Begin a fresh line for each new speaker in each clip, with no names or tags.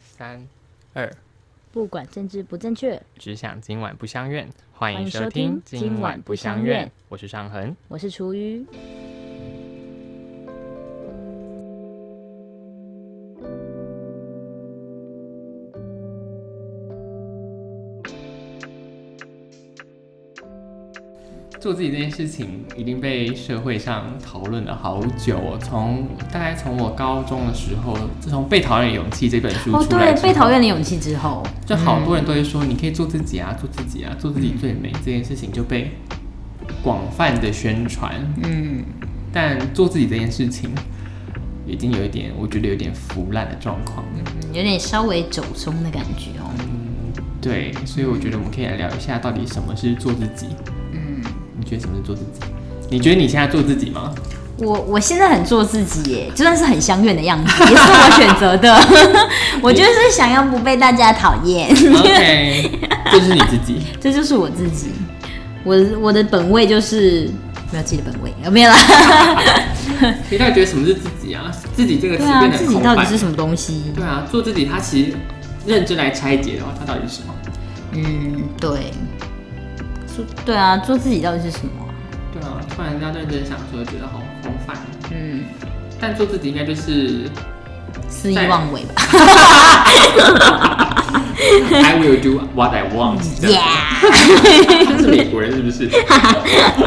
三、二，
不管政治不正确，
只想今晚不相怨。欢
欢
迎
迎
收
收
听《
听
今
今
晚
晚
不
不
相
相
怨
怨》，
我是尚恒。
我是厨余。
做自己这件事情已经被社会上讨论了好久、哦，从大概从我高中的时候，自从《被讨厌的勇气》这本书
哦，
出来
对
之，后，
被讨厌的勇气之后，
就好多人都会说，你可以做自己啊，做自己啊，做自己最美这件事情就被广泛的宣传，
嗯，
但做自己这件事情已经有一点，我觉得有点腐烂的状况了。
嗯有点稍微走松的感觉哦。
对，所以我觉得我们可以来聊一下，到底什么是做自己？
嗯，
你觉得什么是做自己？你觉得你现在做自己 吗？
我我现在很做自己耶，就算是很相怨的样子，也是我选择 的。我就是想要不被大家讨厌，
OK，这是你自己。
这就是我自己。我我的本位就是没有自己的本位，呃没有啦。
你到底觉得什么是自己啊？自己这个词
对啊，
变得
自
很
己
空
到底
白。
是什么东西？
对啊，做自己，它其实认真来拆解的话，它到底是什么？
嗯，对，做对啊，做自己到底是什么啊？
对啊，突然这样认真想说，觉得好空泛。
嗯，
但做自己应该就是
肆意妄为吧。
I will do what I want 这样。
Yeah，
他是美国人是不 是？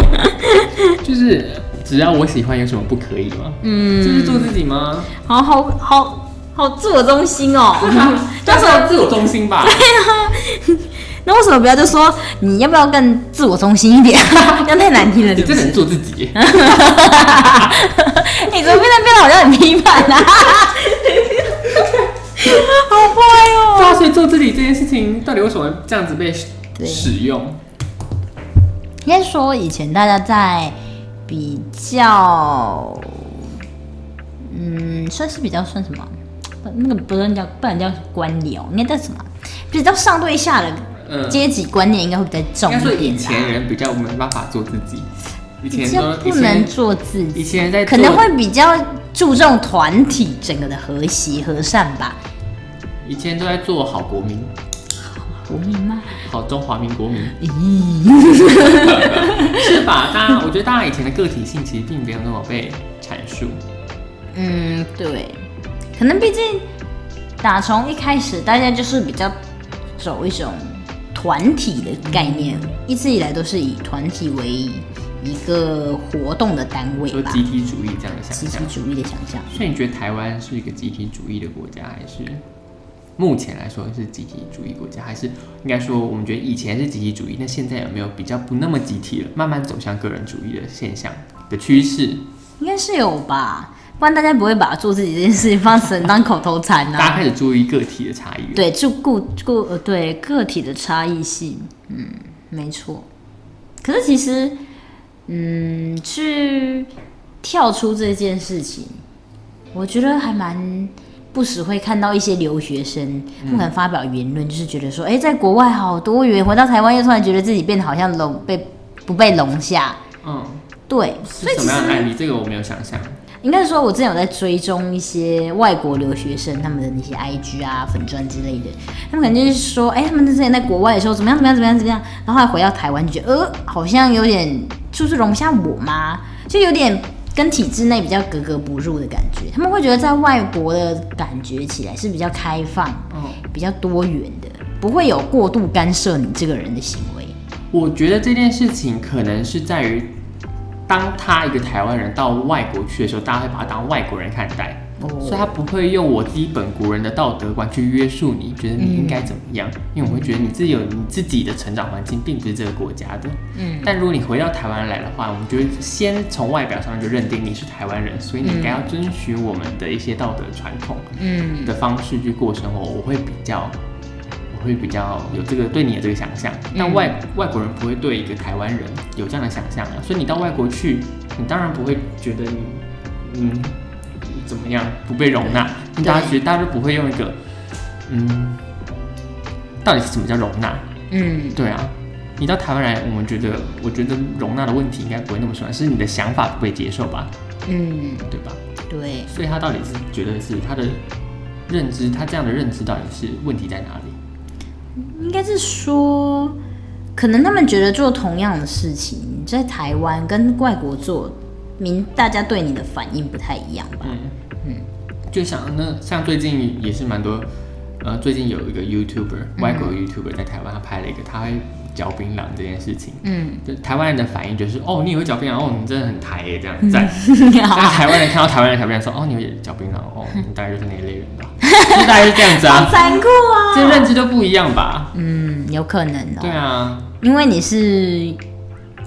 就是只要我喜欢，有什么不可以吗？这是
嗯，
做自己吗？
好好好好自我中心 哦。 那
但
为
是
什么
自我中心 吧？
那为什么不要就说你要不要更自我中心一点？ 这样太难听了，
你
是不
真的
是？
很做自 己，
你怎么变得变得好像很批判啊？ 好坏哦。
对啊，所以做自己这件事情到底为什么这样子被使
对
使用？
应该说以前大家在比较，嗯，算是比较算什么？不那个不能叫，不能叫官僚，应该叫什么？比较上对下的
嗯，应
阶级观念应该会比较重
该说
一
以
点
前
啦，
人比较没办法做自己，以
比
前
较
都以
不能
前
做自
以
己，
前在
可
做
能会比较注重团体整个的和谐和善吧。
以前都在做好国民，
国民吗？
好中华民国民，
咦，
是吧？大家我觉得大家以前的个体性其实并没有那么被阐述，
嗯，对，可能毕竟打从一开始，大家就是比较走一种团体的概念，一直以来都是以团体为一个活动的单位
说
吧，
集体主义这样的想
集体
象。
主义的想象。
所以你觉得台湾是一个集体主义的国家，还是目前来说是集体主义国家，还是应该说我们觉得以前是集体主义，那现在有没有比较不那么集体了，慢慢走向个人主义的现象的趋势？
应该是有吧，不然大家不会把做自己这件事情放成当口头禅
大家
啊。
开始注意个体的差异了。
对，就顾顾呃，对个体的差异性，嗯，没错。可是其实，嗯，去跳出这件事情，我觉得还蛮不时会看到一些留学生
嗯
不敢发表言论，就是觉得说，哎、在国外好多元，回到台湾又突然觉得自己变得好像笼被不被笼下。
嗯，
对，
是
所以
什
其
么样的
实
案例？这个我没有想象。
应该是说，我之前有在追踪一些外国留学生他们的那些 IG 啊、粉砖之类的，他们可能就是说，哎、他们之前在国外的时候怎么样怎么样怎么样怎么样，然后后来回到台湾就觉得，呃，好像有点就是容不下我妈，就有点跟体制内比较格格不入的感觉。他们会觉得在外国的感觉起来是比较开放、
嗯，
比较多元的，不会有过度干涉你这个人的行为。
我觉得这件事情可能是在于，当他一个台湾人到外国去的时候，大家会把他当外国人看待。
哦
所以他不会用我自己本国人的道德观去约束你，觉得你应该怎么样，
嗯
因为我会觉得你自己有你自己的成长环境，并不是这个国家的。
嗯，
但如果你回到台湾来的话，我们就会先从外表上就认定你是台湾人，所以你应该要遵循我们的一些道德传统
嗯，
的方式去过生活。我会比较，我会比较有这个对你有这个想象，但外、外国人不会对一个台湾人有这样的想象啊。所以你到外国去，你当然不会觉得你，嗯，怎么样不被容纳，
对
大家觉得大家都不会用一个，嗯，到底是什么叫容纳？
嗯，
对啊，你到台湾来，我们觉得，我觉得容纳的问题应该不会那么深，是你的想法不被接受吧，
嗯，
对吧？
对，
所以他到底是觉得是他的认知，他这样的认知到底是问题在哪里？
应该是说，可能他们觉得做同样的事情，在台湾跟外国做，民大家对你的反应不太一样吧？
嗯，就想那像最近也是蛮多，呃，最近有一个 YouTuber 外国 YouTuber 在台湾，他拍了一个他会嚼槟榔这件事情，
嗯，
就台湾人的反应就是哦，你也会嚼槟榔哦，你真的很台耶，这样赞。那
嗯好
台湾人看到台湾人，台湾人说哦，你会嚼槟榔哦，你大概就是那一类人吧，就大概是这样子啊，
残酷啊！
这认知就不一样吧？
嗯，有可能哦、
对啊，
因为你是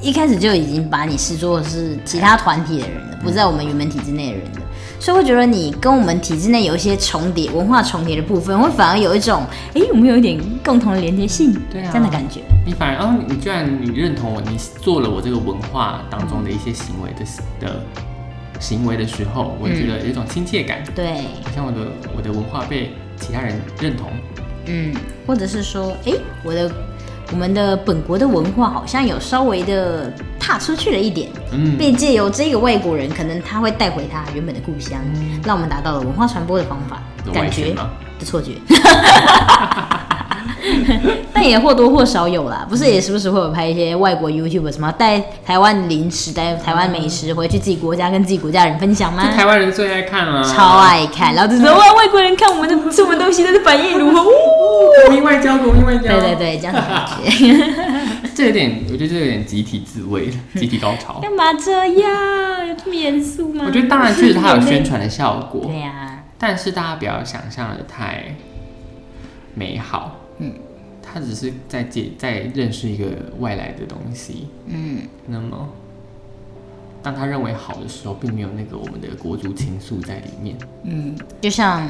一开始就已经把你视作是其他团体的人了，不在我们原本体制内的人了，所以会觉得你跟我们体制内有一些重叠、文化重叠的部分，会反而有一种，哎、我们有一点共同的连接性，
对啊
这样的感觉。
你反而哦，你居然你认同我，你做了我这个文化当中的一些行为的的行为的时候，我觉
嗯
得有一种亲切感，
对，
好像我的我的文化被其他人认同。
嗯，或者是说，哎、我的我们的本国的文化好像有稍微的踏出去了一点，
嗯，
被借由这个外国人，可能他会带回他原本的故乡，让我们达到了文化传播的方法
有，外
感
宣
嗯觉
吗
的错觉。 但也或多或少有啦，不是也时不时会有拍一些外国 YouTube 什么带台湾零食、带台湾美食回去自己国家跟自己国家人分享吗
就？台湾人最爱看了、
啊超爱看，然后就说哇，外国人看我们的什么东西，他的反应如何？呜
国民外交，国民外交。
对对对，这样的感觉。
对，这有点，我觉得这有点集体自卫了，集体高潮。
干嘛这样？有这么严肃吗？
我觉得当然确实它有宣传的效果
对，呀、
但是大家不要想象的太美好。
嗯，
它只是在解在认识一个外来的东西。
嗯，
那么，当他认为好的时候，并没有那个我们的国足情愫在里 面。
嗯，就像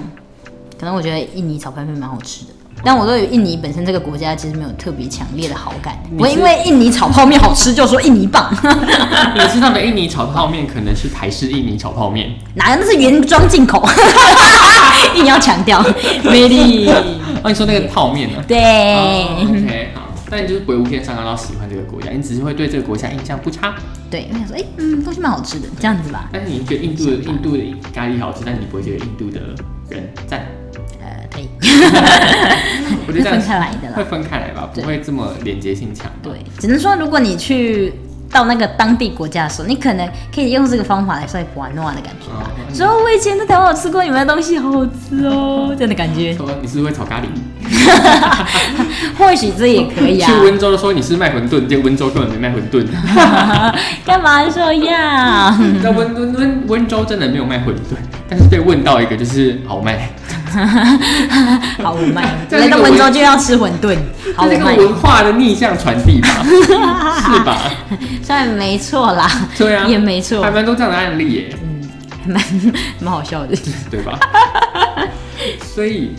可能我觉得印尼炒拌面蛮好吃的，但我对于印尼本身这个国家其实没有特别强烈的好感。
你是
我因为印尼炒泡面好吃就说印尼棒，
哎你知道的印尼炒泡面可能是台式印尼炒泡面，
哪那是原装进口， 硬要强调魅力。
哦，你说那个泡面呢、
嗯对、
哦 OK，好，但你就是不会无限上纲到喜欢这个国家，你只是会对这个国家印象不差。
对，我想说，哎、嗯，东西蛮好吃的，这样子吧。
但是你觉得印度的印度的咖喱好吃，但你不会觉得印度的人赞。
呃，对，
我觉得这样
是分开来的啦
会分开来吧，不
对
会这么连接性强。
对，只能说如果你去到那个当地国家的时候，你可能可以用这个方法来稍微玩弄啊的感觉吧。
嗯
说我以前在台湾有吃过你们的东西，好好吃哦，这样的 感觉。
说你是不是会炒咖喱？
或许这也可以啊
去。温州的时候你是卖馄饨，结果温州根本没卖馄饨。
干嘛这样？
那温温温温州真的没有卖馄饨，但是被问到一个就是好卖，
好我卖，
这是
来
一个
到温州就要吃馄 饨，好
这
我
是一个
卖，
文化的逆向传递 吧，是吧？
虽然没错啦，
对啊，
也没错
还，蛮多这样的案例 耶，
蛮蛮好笑的。
对吧？所以，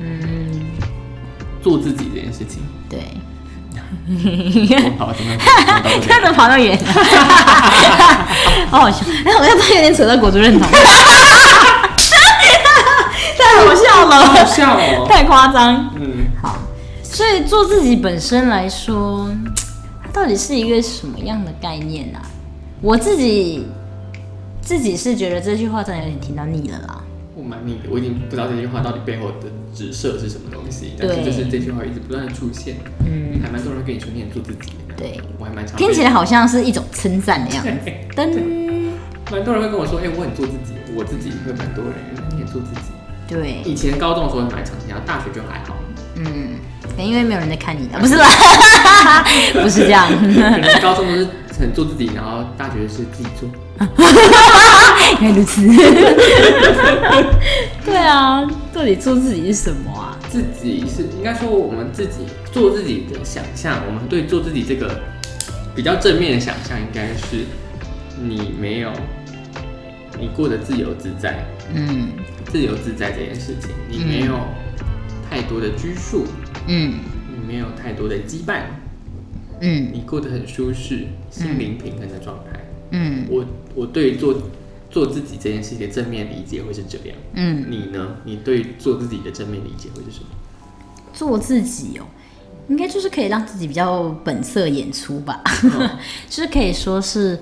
嗯，做自己这件 事情，
对，
我好，真的讲到这边
看着跑那么远，好好笑。哎，我刚才有点扯到国足认同，太好笑
好好
了，
笑哦，
太夸张。
嗯，
好，所以做自己本身来说，它到底是一个什么样的概念啊？我自己自己是觉得这句话真的有点听到腻了啦。
我蛮腻的，我已经不知道这句话到底背后的指涉是什么东西，但是
对
就是这句话一直不断的出现，
嗯，
还蛮多人跟你说你很做自己的，
对，
我还蛮常
听起
被
来好像是一种称赞的样子。
对
噔，
蛮多人会跟我说，哎、我很做自己，我自己会蛮多人你很做自 己。
对，
以前高中的时候蛮常听到，大学就还好，
嗯，因为没有人在看你的，不是啦， 不是这样，
可能高中都是很做自己，然后大学是自己做。
原来如此。 对啊，到底做自己是什么啊？
自己是应该说我们自己做自己的想象，我们对做自己这个比较正面的想象，应该是你没有你过得自由自在，
嗯
自由自在这件事情，你没有太多的拘束，
嗯
你没有太多的羁绊，
嗯
你过得很舒适，心灵平衡的状态。
嗯
我我对于做做自己这件事情的正面理解会是这样，
嗯，
你呢？你对做自己的正面理解会是什么？
做自己哦，应该就是可以嗯 让自己比较本色演出吧，就是可以说是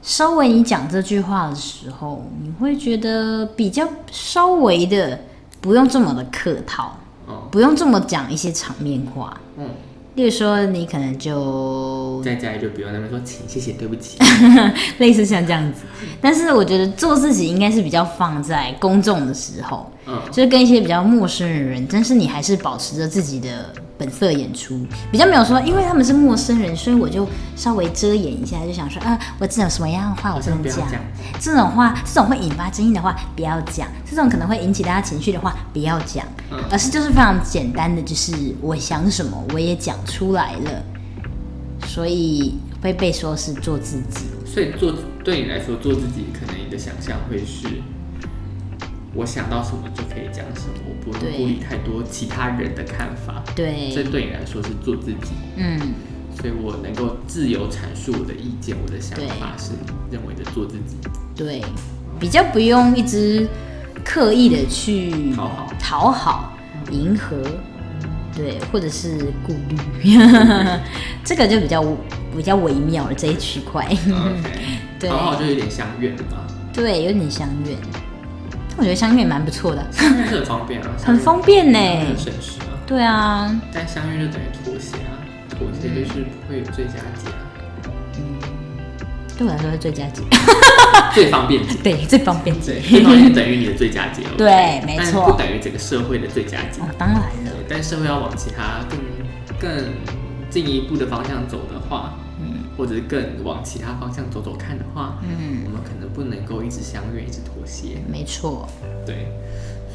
稍微你讲这句话的时候，你会觉得比较稍微的不用这么的客套，
哦，
不用这么讲一些场面话。
嗯，
例如说，你可能就
在家里就不用那边说请、谢谢、对不 起，
类似像这样子，但是我觉得做自己应该是比较放在公众的时候，
嗯，
就是跟一些比较陌生的人，但是你还是保持着自己的本色演出，比较没有说，因为他们是陌生人，所以我就稍微遮掩一下，就想说，啊，我这种什么样的话我
好
不
像
能
不要
讲，
讲，
这种话，这种会引发争议的话不要讲，这种可能会引起大家情绪的话不要讲，
嗯
而是就是非常简单的，就是我想什么我也讲出来了，所以会被说是做自己。
所以做对你来说做自己，可能你的想象会是，我想到什么就可以讲什么，我不
对
用顾虑太多其他人的看法，这
对，
对你来说是做自己，
嗯，
所以我能够自由阐述我的意见，我的想法是认为的做自己，
对，比较不用一直刻意的去
讨 好
讨好、迎合，对，或者是顾虑， 这个就比较比较微妙了这一区块，
OK，
对
讨好就有点相怨了嘛，
对，有点相怨。我觉得相怨也蛮不错的，
相怨是很方便啊，
很方便呢、
相怨很省时啊，
对啊，
但相怨就等于妥协啊，妥协就是不会有最佳解 啊，
对我来说是最佳解，
最方便解。
对，最方便解
对，。最方便等于你的最佳解。OK
对没
但是
错
不等于整个社会的最佳解。
哦，当然了
对，但社会要往其他更更进一步的方向走的话，
嗯
或者是更往其他方向走走看的话，
嗯，
我们可能不能够一直相约，一直妥协。
没错，
对，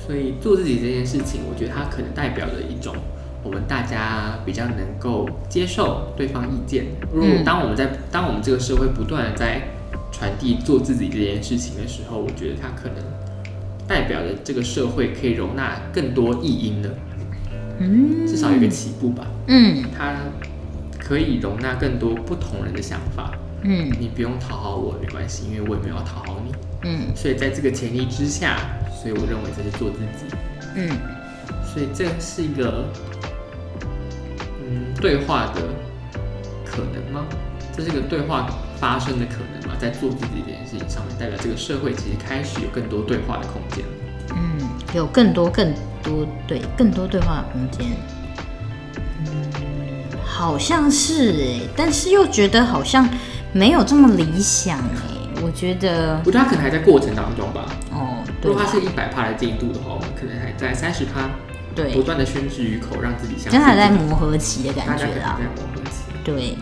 所以做自己这件事情，我觉得它可能代表着一种我们大家比较能够接受对方意见。如果
嗯
当我们在当我们这个社会不断的在传递做自己这件事情的时候，我觉得它可能代表着这个社会可以容纳更多异音的，
嗯
至少有一个起步吧。
嗯
它可以容纳更多不同人的想法。
嗯
你不用讨好我没关系，因为我也没有要讨好你。
嗯
所以在这个前提之下，所以我认为这是做自己。
嗯，
所以这是一个嗯对话的可能吗？这是一个对话发生的可能吗？在做自己这件事情上面，代表这个社会其实开始有更多对话的空间了。
嗯，有更多更多对更多对话的空间。嗯，好像是哎、但是又觉得好像没有这么理想哎、我觉得
我觉得它可能还在过程当中吧。
哦，
如
对
果它
啦
是一百趴的进度的话，我们可能还在三十趴，不
对，
断的宣之于口，让自己相信
真的还在
自己
磨合期的
大
感
家可
觉啊
能
啦
还，在磨合期，
对，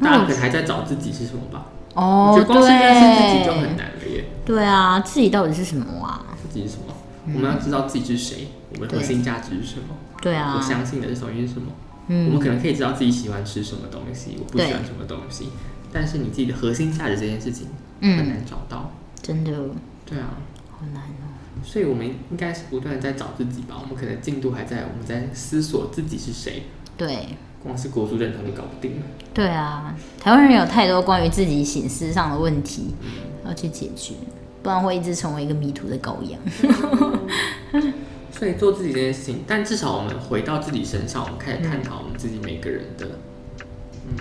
大家可能还在找自己是什么吧。我
哦
觉得，光是认识自己就很
对，
难了耶。
对啊，自己到底是什么啊？
自己是什么？我们要知道自己是谁，我们的核心价值是什么？
对啊
我，相信的这东西是什么？我们
嗯，
可能可以知道自己喜欢吃什么东西，我不喜欢什么东西，但是你自己的核心价值这件事情
嗯
很难找到。
真的
对啊，
好难哦。
所以我们应该是不断的在找自己吧。我们可能进度还在，我们在思索自己是谁。
对，
光是国足认同就搞不定了。
对啊，台湾人有太多关于自己隐私上的问题要去解决，不然会一直成为一个迷途的羔羊。
所以做自己这件事情，但至少我们回到自己身上，我们开始探讨我们自己每个人的，嗯，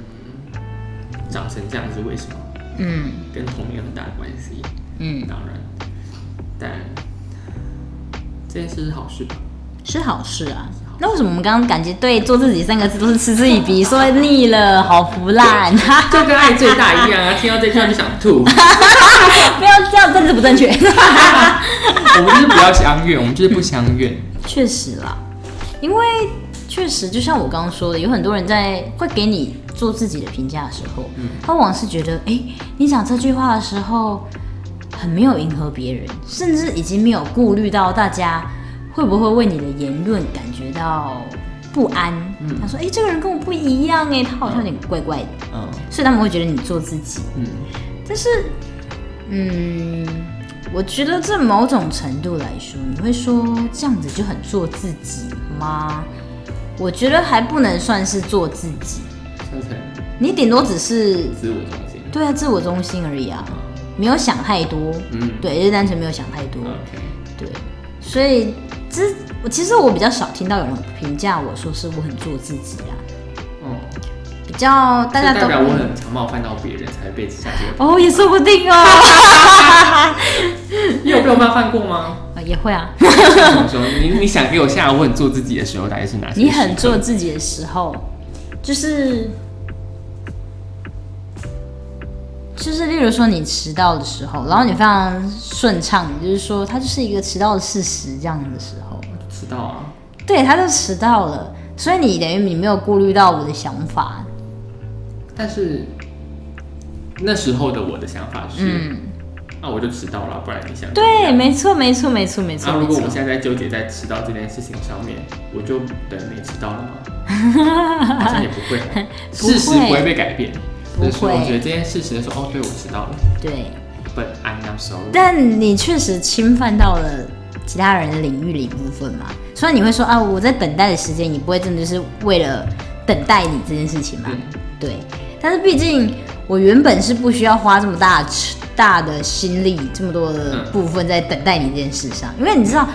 长成这样是为什么，
嗯
跟童年有很大的关系。
嗯，
当然，但这件事是好事吧？
是好事啊。那为什么我们刚刚感觉对“做自己”三个字都是嗤之以鼻，说腻了，好腐烂？ 哈
就跟爱最大一样啊！听到这句话就想 吐。
不要这样，政治不正确。
我们就是不要相怨，我们就是不相怨。
确实啦，因为确实就像我刚刚说的，有很多人在会给你做自己的评价的时候，他往往是觉得，哎、你讲这句话的时候很没有迎合别人，甚至已经没有顾虑到大家会不会为你的言论感觉到不安。他说，哎、这个人跟我不一样、哎，他好像有点怪怪的，
嗯
所以他们会觉得你做自己。
嗯，
但是，嗯，我觉得这某种程度来说，你会说这样子就很做自己吗？我觉得还不能算是做自己，
像成
你顶多只是
自我中心。
对啊自我中心而已啊，没有想太多，
嗯
对，就是单纯没有想太多，
，OK，
对，所以这我其实我比较少听到有人评价我说是我很做自己啊，
嗯，
比比较大家
这代
都
表我很常冒犯到别人才会被下这个。
哦，也说不定哦，
你有被我冒犯过 吗？
啊也会啊。
什么时候？你你想给我下，我很做自己的时候，大概是哪些时刻？
你很做自己的时候，就是就是，例如说你迟到的时候，然后你非常顺畅，你就是说它就是一个迟到的事实这样的时候，
迟到啊？
对，他就迟到了，所以你等于你没有顾虑到我的想法，
但是那时候的我的想法是，
嗯，
那、我就迟到了，不然你想怎么样
对，啊没错，没错，没错，没错，
那啊如
没
果我们
错，
现在在纠结在迟到这件事情上面，我就等没迟到了吗？ 好像也不会，
不会
事实不会被改变。
不会
就是我觉得这件事实的时候，哦，对我迟到了
对，
，But I'm not sorry。
但你确实侵犯到了其他人的领域里一部分嘛，虽然你会说啊，我在等待的时间，你不会真的就是为了等待你这件事情嘛，
嗯
对，但是毕竟我原本是不需要花这么大的大的心力，这么多的
嗯
部分在等待你这件事上，因为你知道，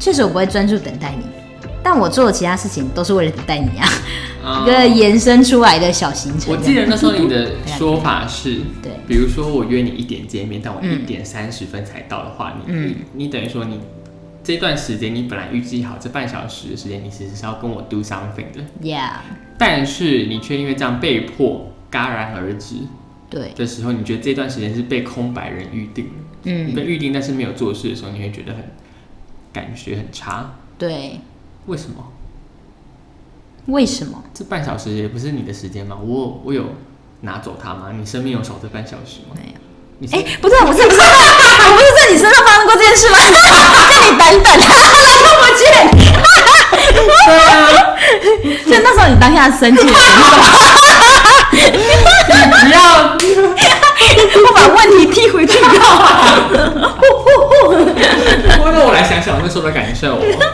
确实我不会专注等待你，但我做的其他事情都是为了等待你啊，
啊
一个延伸出来的小行程。啊
我记得那时候你的 说法是，
对
比如说我约你一点见面，但我
嗯
一点三十分才到的话，你、
嗯
你你等于说你这段时间你本来预计好这半小时的时间，你其实是要跟我 do something 的，
，Yeah，
但是你却因为这样被迫戛然而止
对，
的时候，你觉得这段时间是被空白人预定的，你
嗯，
被预定但是没有做事的时候，你会觉得很感觉很差，
对，
为什么？
为什么？
这半小时也不是你的时间吗？我有我有拿走它吗？你生命有少这半小时吗？
没有。
你是
哎、不对，我是不 是我不是在你身上发生过这件事吗？ 叫你等等， 来我去。
对啊，
就那时候你当下生气的时候，
不 要，
我把问题踢回去你知道吗？
我让我来想想我那时候的感受 哦。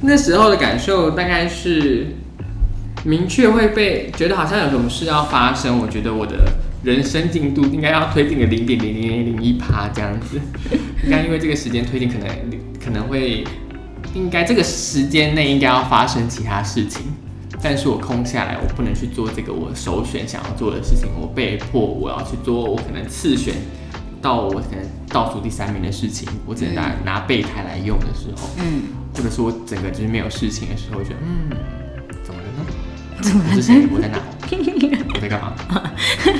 那时候的感受大概是明确会被觉得好像有什么事要发生，我觉得我的人生进度应该要推进个零点零零零零一趴这样子，应该因为这个时间推进可能可能会应该这个时间内应该要发生其他事情，但是我空下来，我不能去做这个我首选想要做的事情，我被迫我要去做我可能次选到我可能倒数第三名的事情，我只能拿、拿备胎来用的时候，
嗯，
或者是我整个就是没有事情的时候，我觉得嗯，怎么了呢？怎么了？我是谁？我在哪？我在干嘛？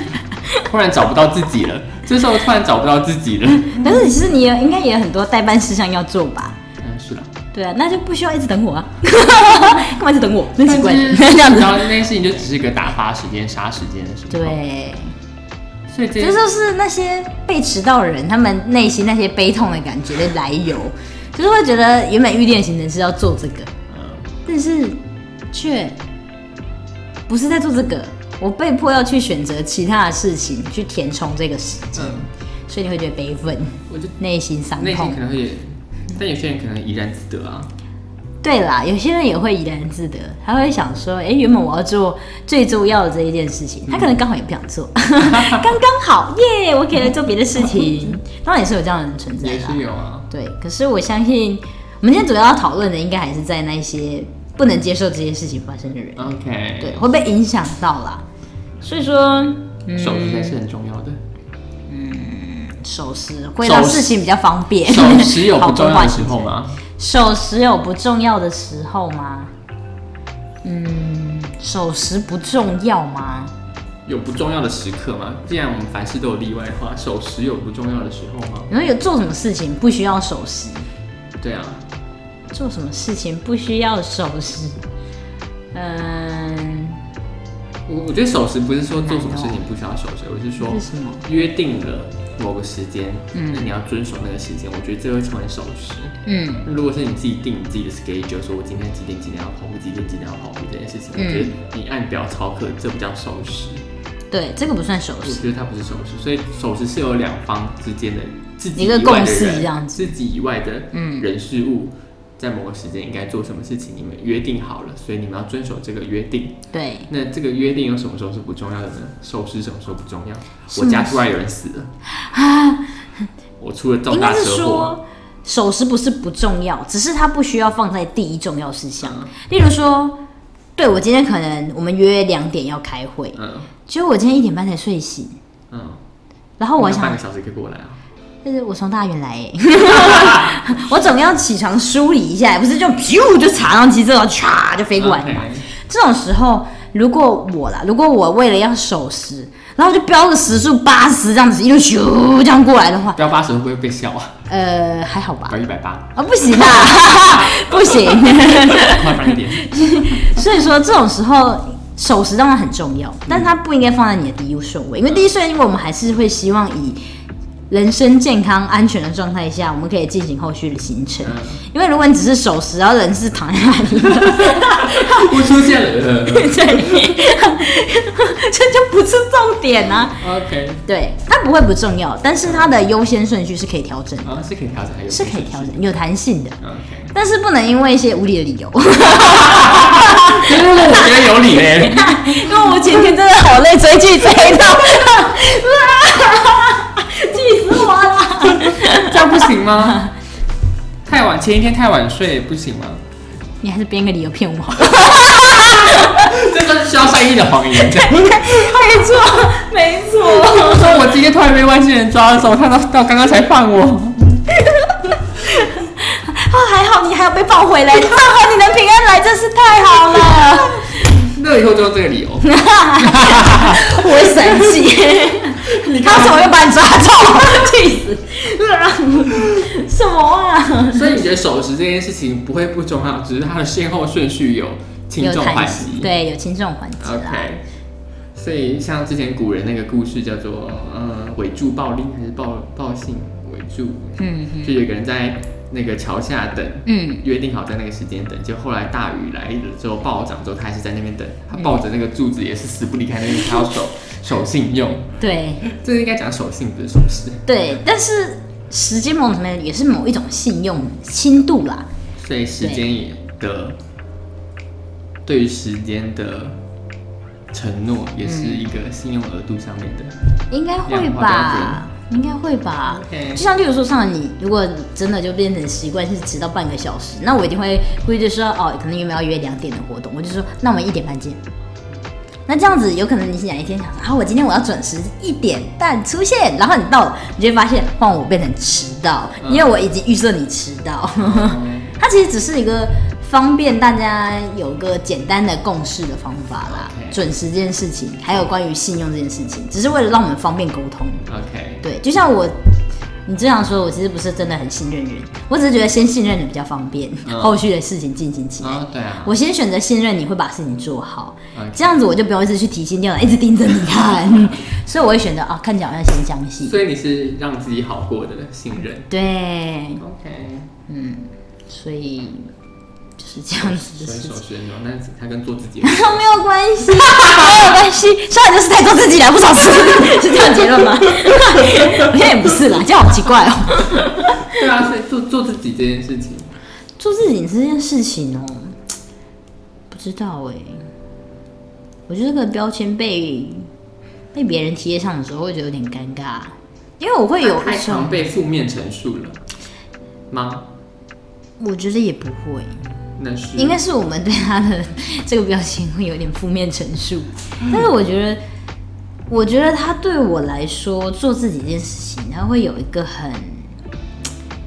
突然找不到自己了，这时候突然找不到自己了。
但是其实你也应该也有很多代办事项要做吧？
嗯，是啦。
对啊，那就不需要一直等我啊， 干嘛一直等 我？真奇怪，这样子
然。后那件事情就只是一个打发时间、杀时间的事情。，
对，
所以这
这就是那些被迟到的人，他们内心那些悲痛的感觉的来由，就是会觉得原本预定的行程是要做这个，
嗯
但是却不是在做这个，我被迫要去选择其他的事情去填充这个时间，
嗯，
所以你会觉得悲愤，
我就
内心伤
内心
痛
可。能会也，
嗯
但有些人可能怡然自得啊。
对啦，有些人也会怡然自得，他会想说，哎、原本我要做最重要的这一件事
嗯
情，他可能刚好也不想做， 刚刚好，耶、我可以来做别的事情。当然也是有这样的人存在
也
啦，
是有啊，
对，可是我相信，我们今天主要要讨论的应该还是在那些不能接受这些事情发生的人，
，OK，
对，，会被影响到啦。所以说，嗯，
手实在是很重要的。
守时会让
守时
事情比较方便。
手持有不重要的时 候吗？
守时有不重要的时候吗？嗯，守时不重要吗？
有不重要的时刻吗？既然我们凡事都有例外的话，手时有不重要的时候吗？
你说有做什么事情不需要守时？
对啊，
做什么事情不需要守时？嗯，
我我觉得守时不是说做什么事情不需要守时，我是说
哦是什么？
约定了某个时间，
嗯
那你要遵守那个时间，我觉得这会成为守时。
嗯，
如果是你自己定你自己的 schedule，说我今天几点几点要跑步，几点几点要跑步这件事情，
嗯
我觉得你按表操课，这不叫守时。
对，这个不算守
我
时。
觉得它不是守时，所以守时是有两方之间的自己
一个
以外的
共识
人
这样子
自己以外的
嗯
人事物，在某个时间应该做什么事情，你们约定好了，所以你们要遵守这个约定。
对，
那这个约定有什么时候是不重要的呢？守时什么时候不重要？
是
我
吗
家突然有人死了，我出了重
啊应
大
该是
车祸，
说
嗯
守时不是不重要，只是它不需要放在第一重要事项。例如说，对我今天可能我们约两点要开会，
嗯
结果我今天一点半才睡醒，
嗯，
然后我还
那半
想
个，小时可以过来啊。
就是我从大原来、欸， 我总要起床梳理一下，也不是就咻就查上机之后，唰就飞过来嘛。
OK
这种时候，如果我啦，如果我为了要守时，然后就标个时速八十这样子，一路咻这样过来的话，
标八十会不会被笑啊？
呃，还好吧
标？一百 八，
啊、不行啊，不行。
快慢一点。
所以说这种时候守时当然很重要，但是它不应该放在你的第一顺位，因为第一顺位，因为我们还是会希望以人身健康安全的状态下，我们可以进行后续的行程。
嗯
因为如果你只是守时，然后人是躺在那里
我出现了。呃
对， 这就不是重点啊。
OK，
对，它不会不重要，但是它的优先顺序是可以调整的，
啊，是可以调整，还有
是可以调。整，有弹性的，
OK，
但是不能因为一些无理的理由。
我觉得有理嘞。
因为我前天真的好累，追剧追到，啊气死我了！
这样不行吗？太晚，前一天太晚睡不行 吗？
你还是编个理由骗我好了。
这算需要善意的谎言。
没错，没 错。
我说我今天突然被外星人抓的时候，他到到刚刚才放我。
啊，还好你还有被放回来，放回你能平安来，真是太好了。
那以后就用这个理由。
我会生气，他怎么又把你抓走？ 气死！什么啊？
所以你觉得守时这件事情不会不重要，只是它的先后顺序有轻
有
重
弹
缓
性，
急。
对，有轻重缓急啦。
OK，所以像之前古人那个故事叫做呃“伪助暴力”还是“暴暴性伪助”，
嗯
就有一个人在那个桥下等，
嗯，
约定好在那个时间等，结果后来大雨来了之后暴涨之后，他还是在那边等，他抱着那个柱子也是死不离开那边，他要守守信用，
对
这应该讲守信不是守时，
对，但是时间某种层面也是某一种信用轻度啦。
所以时间也的对于时间的承诺也是一个信用额度上面的。
应该会
量化标
吧，应该会吧。
OK
就像例如说，像你如果真的就变成习惯是迟到半个小时，那我一定会规定说，哦，可能原本要约两点的活动，我就说，那我们一点半见。那这样子，有可能你哪一天想说，啊，我今天我要准时一点半出现，然后你到了，你就会发现换我变成迟到，
嗯
因为我已经预设你迟到。它其实只是一个方便大家有个简单的共识的方法啦
OK
准时这件事情，还有关于信用这件事情，只是为了让我们方便沟通。
OK，
对，就像我，你这样说，我其实不是真的很信任人，我只是觉得先信任你比较方便，
嗯
后续的事情进行起来。
啊、对啊，
我先选择信任你会把事情做好
OK
这样子我就不要一直去提心吊胆，一直盯着你看。 所以我会选择啊，看起来好像先相信。
所以你是让自己好过的信任。
对，嗯
OK，
所以就是这样子
所
的
以
事情
守。时很重要，但是它跟做自己有
没有关系，没有关系，上来就是在做自己啦，不守时， 是这样结论吗？ 我现在也不是啦，这样好奇怪哦。
对啊，所以做做自己这件事情，
做自己这件事情哦，不知道哎、我觉得这个标签被被别人贴上的时候，会觉得有点尴尬，因为我会有
太
一种
常，被负面陈述了吗？
我觉得也不会，
那是
应该是我们对他的 这个表情会有点负面陈述，但是我觉得，我觉得他对我来说做自己这件事情，他会有一个很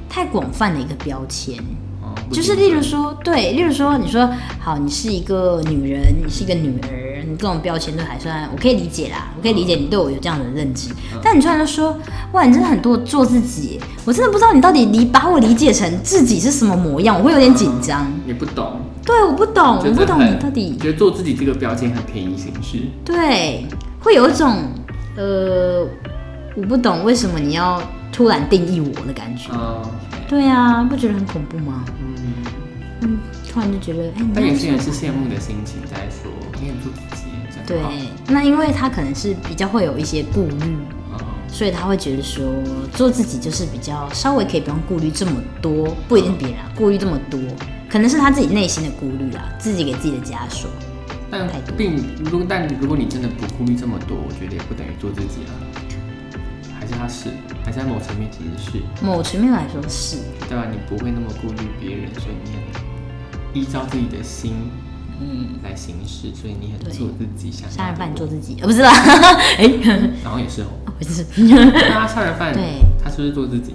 太广泛的一个标签，
哦不
就是
仅
例如说，对，例如说，你说好，你是一个女人，你是一个女儿，你这种标签都还算我可以理解啦，我可以理解你对我有这样的认知。但你突然就说，哇，你真的很多做自己，我真的不知道你到底理把我理解成自己是什么模样，我会有点紧张。
你不懂，
对，我不懂，我
就
不
是
懂
很
你到底
觉得做自己这个标签很便宜形式，
对，会有一种呃，我不懂为什么你要突然定义我的感觉。
嗯，
对啊，不觉得很恐怖吗？
嗯，
嗯，突然就觉得，哎、你
但有
你
些人是羡慕的心情在说，你很做自己，
对
真好，，
那因为他可能是比较会有一些顾虑，
嗯
所以他会觉得说做自己就是比较稍微可以不用顾虑这么多，不一定别人啊，顾虑这么多，可能是他自己内心的顾虑啦，自己给自己的枷锁。
但
太多
并如但如果你真的不顾虑这么多，我觉得也不等于做自己啊，还是他是，还是在某层面其实是。
某层面来说是，
对吧？你不会那么顾虑别人，所以你很依照自己的心
嗯，
来行事，所以你很
对
做自己，想
杀人犯做
做，
自己，呃，不是啦， 哎、
然后也 是哦，
不是，
对啊，杀人犯，
对
他是不是做自己？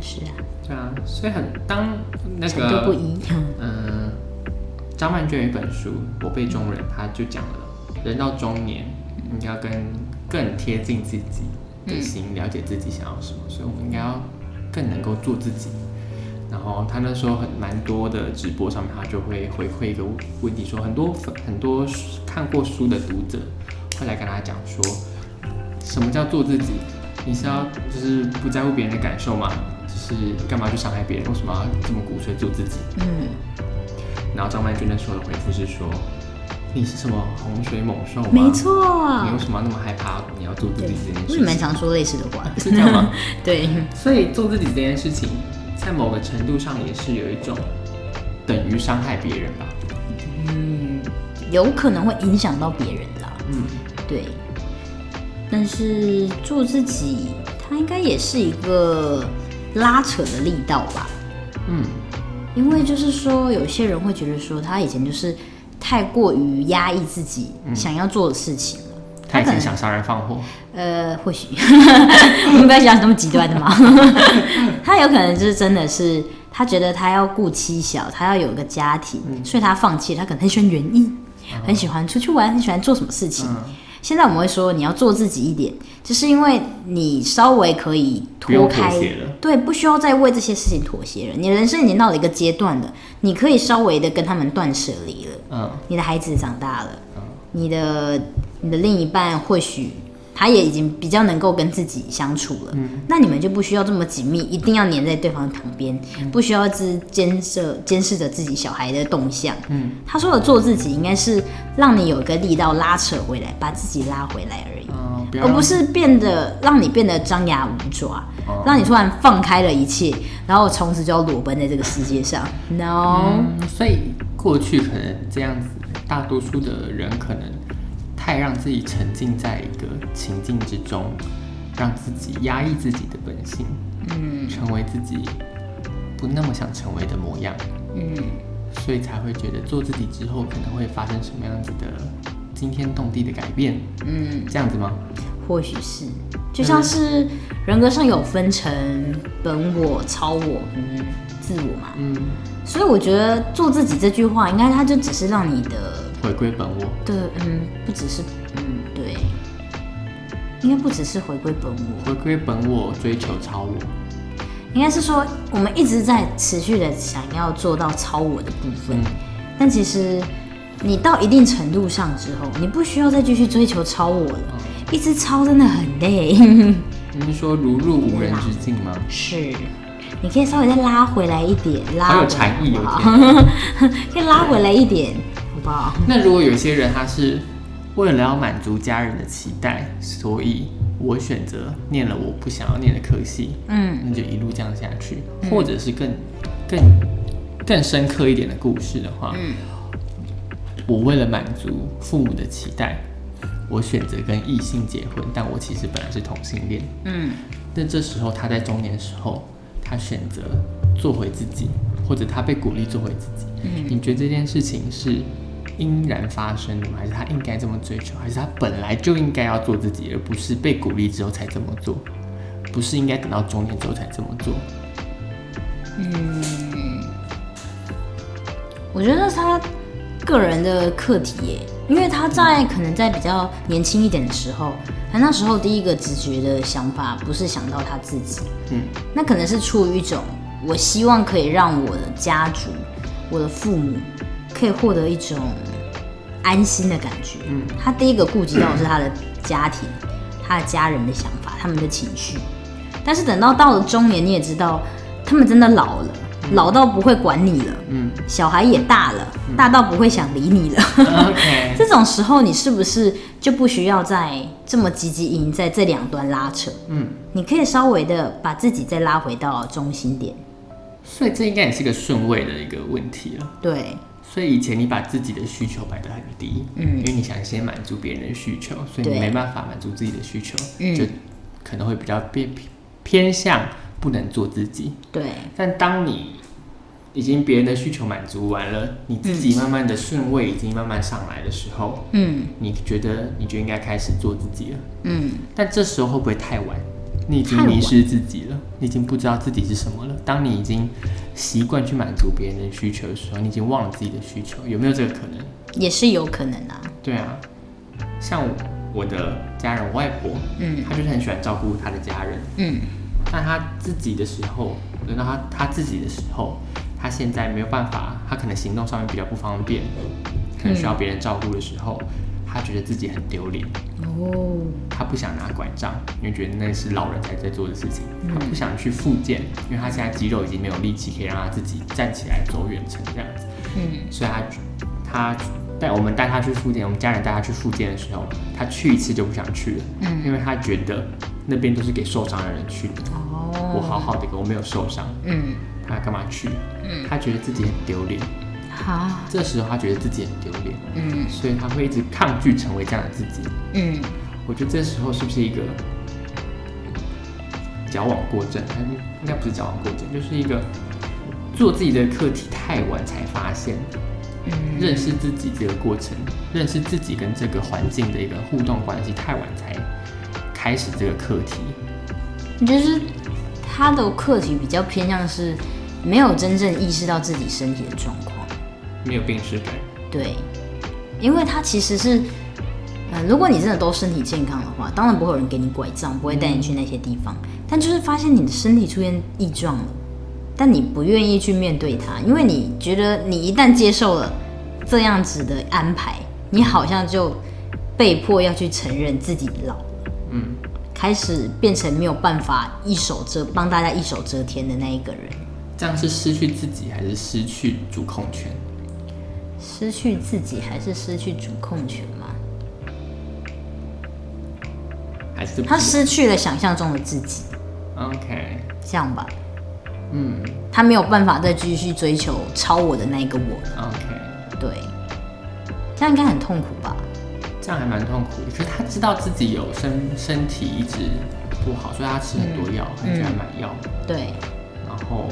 是啊，
对啊，所以很当那
程度不
个，
一，
嗯，张曼娟有一本书《我辈中人》，他就讲了，人到中年，应该要跟更贴近自己的心，了解自己想要什么，所以我们应该要更能够做自己。然后他那时候很蛮多的直播上面，他就会回馈一个问题说很多粉很多看过书的读者会来跟他讲说，什么叫做自己？你是要就是不在乎别人的感受吗？就是干嘛去伤害别人？为什么要这么鼓吹做自己？
嗯，
然后张曼娟那时候的回复是说，你是什么洪水猛兽吗？
没，错
你，为什么要那么害怕？你要做自己这件
我
事
也
情，
蛮常说类似的话，
是这样吗？
对，
所以做自己这件事情，在某个程度上也是有一种等于伤害别人吧。
嗯，有可能会影响到别人啦，
嗯，
对，但是做自己，它应该也是一个拉扯的力道吧，
嗯，
因为就是说，有些人会觉得说，他以前就是太过于压抑自己
嗯
想要做的事情了。
他以
可
前
能
想杀人放火，
呃，或许 我们不要想那么极端的 嘛。他有可能就是真的是他觉得他要顾妻小，他要有一个家庭，
嗯
所以他放弃了。他可能很喜欢园艺，
哦
很喜欢出去玩，很喜欢做什么事情。
嗯
现在我们会说你要做自己一点，就是因为你稍微可以
不
脱
用妥
开
协了，
对，不需要再为这些事情妥协了。你人生已经到了一个阶段了，你可以稍微的跟他们断舍离了。
嗯，
你的孩子长大了，
啊
你的你的另一半或许他也已经比较能够跟自己相处了，
嗯
那你们就不需要这么紧密，一定要黏在对方旁边，
嗯
不需要只监视监视着自己小孩的动向。
嗯，
他说的做自己，应该是让你有一个力道拉扯回来，把自己拉回来而已。
嗯，不要
而
让
哦不是变得让你变得张牙舞爪
哦，
让你突然放开了一切，然后从此就要裸奔在这个世界上。No，
嗯，所以过去可能这样子，大多数的人可能太让自己沉浸在一个情境之中，让自己压抑自己的本性，嗯，成为自己不那么想成为的模样，
嗯，
所以才会觉得做自己之后可能会发生什么样子的惊天动地的改变，
嗯，
这样子吗？
或许是，就像是人格上有分成本我、超我跟自我嘛，
嗯，
所以我觉得做自己这句话，应该它就只是让你的
回归本我，
对，嗯，不只是嗯对，应该不只是回归本我，
回归本我，追求超我，
应该是说我们一直在持续的想要做到超我的部分，
嗯
但其实你到一定程度上之后，你不需要再继续追求超我了，一直超真的很累。
你是说如入无人之境吗？
是，你可以稍微再拉回来一点，拉
好有
回来
禅意
好不
有
好？可以拉回来一点，好不好？
那如果有些人他是为了要满足家人的期待，所以我选择念了我不想要念的科系，
嗯
那就一路这样下去，或者是更更更深刻一点的故事的话，
嗯
我为了满足父母的期待，我选择跟异性结婚，但我其实本来是同性恋。
嗯
那这时候他在中年时候，他选择做回自己，或者他被鼓励做回自己。你觉得这件事情是应然发生的吗？还是他应该这么追求？还是他本来就应该要做自己，而不是被鼓励之后才这么做？不是应该等到中年之后才这么做？
嗯，我觉得是他个人的课题耶，因为他在可能在比较年轻一点的时候，他那时候第一个直觉的想法不是想到他自己，
嗯
那可能是出于一种我希望可以让我的家族、我的父母可以获得一种安心的感觉。
嗯
他第一个顾及到的是他的家庭、他的家人的想法、他们的情绪。但是等到到了中年，你也知道，他们真的老了，老到不会管你了，
嗯
小孩也大了，大到不会想理你了。
，OK，
这种时候，你是不是就不需要再这么积极营在这两端拉扯？
嗯，
你可以稍微的把自己再拉回到中心点。
所以这应该也是个顺位的一个问题了。
对，
所以以前你把自己的需求摆得很低，
嗯
因为你想先满足别人的需求，所以
对
你没办法满足自己的需求，
嗯
就可能会比较偏偏向不能做自己。
对，
但当你已经别人的需求满足完了，你自己慢慢的顺位已经慢慢上来的时候，
嗯
你觉得你就应该开始做自己了。
嗯，
但这时候会不会太晚？你已经
太晚
迷失自己了，你已经不知道自己是什么了。当你已经习惯去满足别人的需求的时候，你已经忘了自己的需求，有没有这个可能？
也是有可能啊。
对啊，像我我的家人，我外婆，
嗯
她就是很喜欢照顾她的家人，
嗯
但她自己的时候，轮到她她自己的时候，她现在没有办法，她可能行动上面比较不方便，可能需要别人照顾的时候，她觉得自己很丢脸，
哦
他不想拿拐杖，因为觉得那是老人才在做的事情。他不想去复健，因为他现在肌肉已经没有力气可以让他自己站起来走远程这样子。
嗯
所以他他带我们带他去复健，我们家人带他去复健的时候，他去一次就不想去了，
嗯
因为他觉得那边都是给受伤的人去的。
哦，
我好好的，我没有受伤，
嗯
他干嘛去？
嗯
他觉得自己很丢脸。
好
这时候他觉得自己很丢脸，
嗯
所以他会一直抗拒成为这样的自己。
嗯
我觉得这时候是不是一个矫枉过正？还是应该不是矫枉过正，就是一个做自己的课题太晚才发现，
嗯
认识自己这个过程，认识自己跟这个环境的一个互动关系太晚才开始这个课题。
就是他的课题比较偏向是没有真正意识到自己身体的状况，
没有病耻感，
对，因为他其实是，呃，如果你真的都身体健康的话，当然不会有人给你拐杖，不会带你去那些地方，但就是发现你的身体出现异状了，但你不愿意去面对它，因为你觉得你一旦接受了这样子的安排，你好像就被迫要去承认自己老了。
嗯，
开始变成没有办法一手遮帮大家一手遮天的那一个人，
这样是失去自己还是失去主控权？
失去自己还是失去主控权吗？
还是
他失去了想象中的自己，
OK，
这样吧，
嗯
他没有办法再继续追求超我的那一个我了。
，OK。
对，这样应该很痛苦吧？
这样还蛮痛苦的。可是他知道自己有身身体一直不好，所以他吃很多药，很喜欢买药。
对，
然后，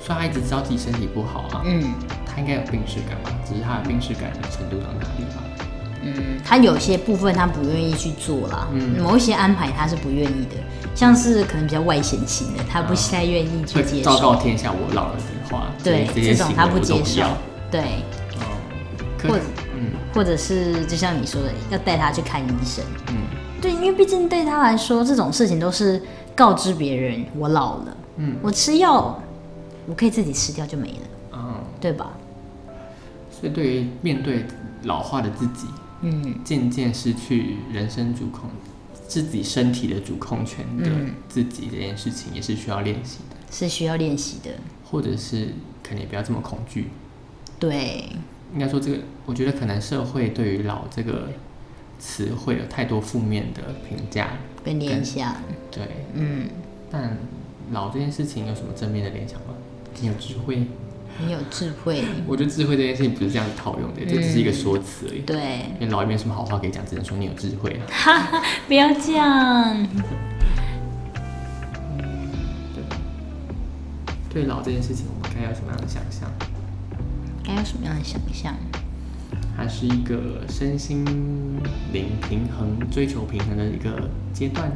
所以他一直知道自己身体不好啊，
嗯
他应该有病耻感吧？只是他的病耻感的程度到哪里吧？
嗯，他有些部分他不愿意去做啦，
嗯
某一些安排他是不愿意的，像是可能比较外显型的，他不
啊
太愿意去
会
接
昭
受。
告天下我老了的话，
对，
啊这
这
些
种
行为
他
我都
接
不
受
要。。
对，
嗯，可
或
是
者
嗯
或者是就像你说的，要带他去看医生。
嗯
对，因为毕竟对他来说，这种事情都是告知别人我老了，
嗯
我吃药，我可以自己吃掉就没了，
嗯，
对吧？
所以对于面对老化的自己，
嗯
渐渐失去人生主控、自己身体的主控权的
嗯
自己这件事情，也是需要练习的。
是需要练习的。
或者是可能也不要这么恐惧。
对，
应该说，这个我觉得可能社会对于“老”这个词汇有太多负面的评价，
跟联想，
对。
嗯，
但老这件事情有什么正面的联想吗？你有智慧？
很有智慧。
我觉得智慧这件事情不是这样套用的，这只是一个说辞而已。
对，
因为老也没有什么好话可以讲，只能说你有智慧啊。
不要这样。
对。对老这件事情，我们该有什么样的想象？
该有什么样的想象？
它是一个身心灵平衡、追求平衡的一个阶段。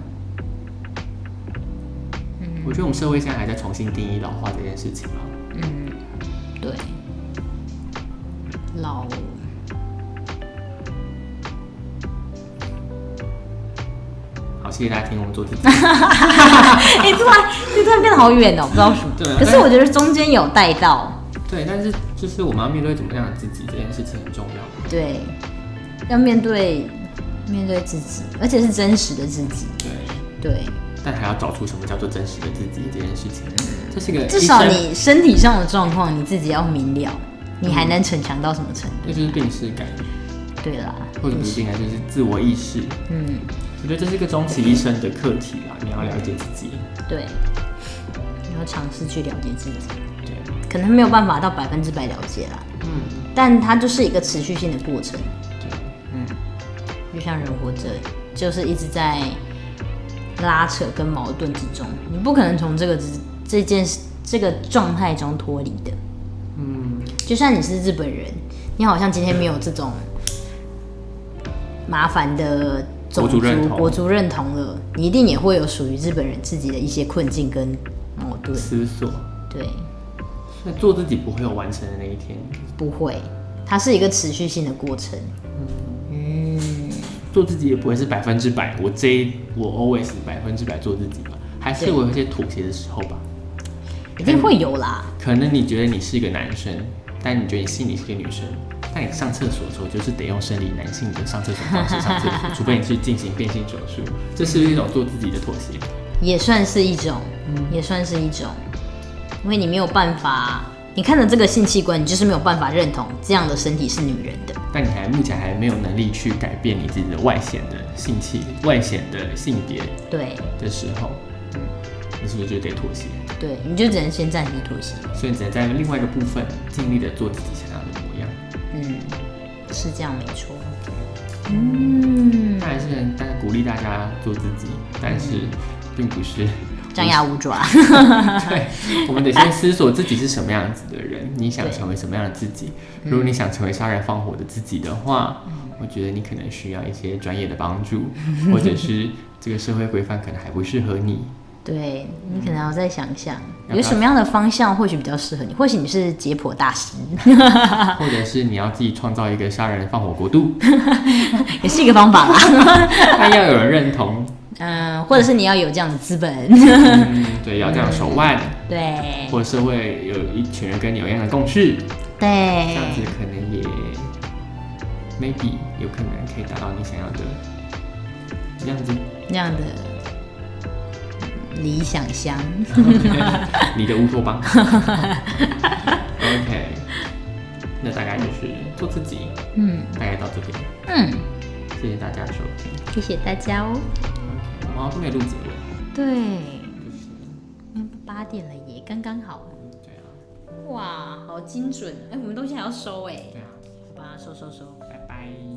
嗯
我觉得我们社会现在还在重新定义老化这件事情啊吧。
嗯，对，老。
好，谢谢大家听我们做 自己。
哎、突然，这突然变得好远哦，不知道为什么。
对啊
可是我觉得中间有带到，
对，但是就是我们要面对怎么样的自己这件事情很重要。
对，要面对面对自己，而且是真实的自己。
对，
对，
但还要找出什么叫做真实的自己这件事情。这是一个
至少
医生，
你身体上的状况你自己要明了，你还能逞强到什么程
那就是病耻感，
度？对啦，
或者不是病感，就是自我意识。
嗯，
我觉得这是一个终其一生的课题啦，你要了解自己。
对，你要尝试去了解自己，
对，
可能没有办法到百分之百了解啦，
嗯，
但它就是一个持续性的过程。
对，嗯，
就像人活着，就是一直在拉扯跟矛盾之中，你不可能从这个这件事这个状态中脱离的。
嗯
就算你是日本人，你好像今天没有这种麻烦的种
国族认
族、
同
国族认同了，你一定也会有属于日本人自己的一些困境跟矛盾。
思索，
对，
所以做自己不会有完成的那一天，
不会，它是一个持续性的过程。嗯，
做自己也不会是百分之百，我这一我 always 百分之百做自己吧，还是
对
我有一些妥协的时候吧。
一定会有啦。
可能你觉得你是一个男生，但你觉得你心里是个女生，但你上厕所的时候就是得用生理男性的上厕所方式上厕所，除非你去进行变性手术，这是一种做自己的妥协。
也算是一种，
嗯
也算是一种，因为你没有办法，你看着这个性器官，你就是没有办法认同这样的身体是女人的。
但你还目前还没有能力去改变你自己的外显的性器、外显的性别
对
的时候，嗯你是不是就得妥协？
对，你就只能先暂时妥协。
所以你只能在另外一个部分尽力的做自己想要的模样。
嗯，是这样没错。嗯，
当然是大家鼓励大家做自己，但是并不是
张牙 舞爪。
对，我们得先思索自己是什么样子的人，你想成为什么样的自己。如果你想成为杀人放火的自己的话，我觉得你可能需要一些专业的帮助， 或者是这个社会规范可能还不适合你。
对你可能要再想想，
要不要
有什么样的方向或许比较适合你，或许你是解剖大师，
或者是你要自己创造一个杀人放火国度，
也是一个方法啦。
但要有人认同，
嗯，或者是你要有这样的资 本，
嗯，对，要这样手腕，
对
或者社会有一群人跟你有一样的共识，这
对
样子可能也 maybe 有可能可以达到你想要的样 子，
那样的嗯理想乡。
你的乌托 邦。OK，那大概就是做自己，
嗯
大概到这边，
嗯，
谢谢大家的收听。
谢谢大家哦。
OK，我们好像都没有录节目，
对，嗯八点了耶，刚刚好。
对啊，
哇，好精准！哎、我们东西还要收哎。
对啊，
好吧，收收收。
拜拜。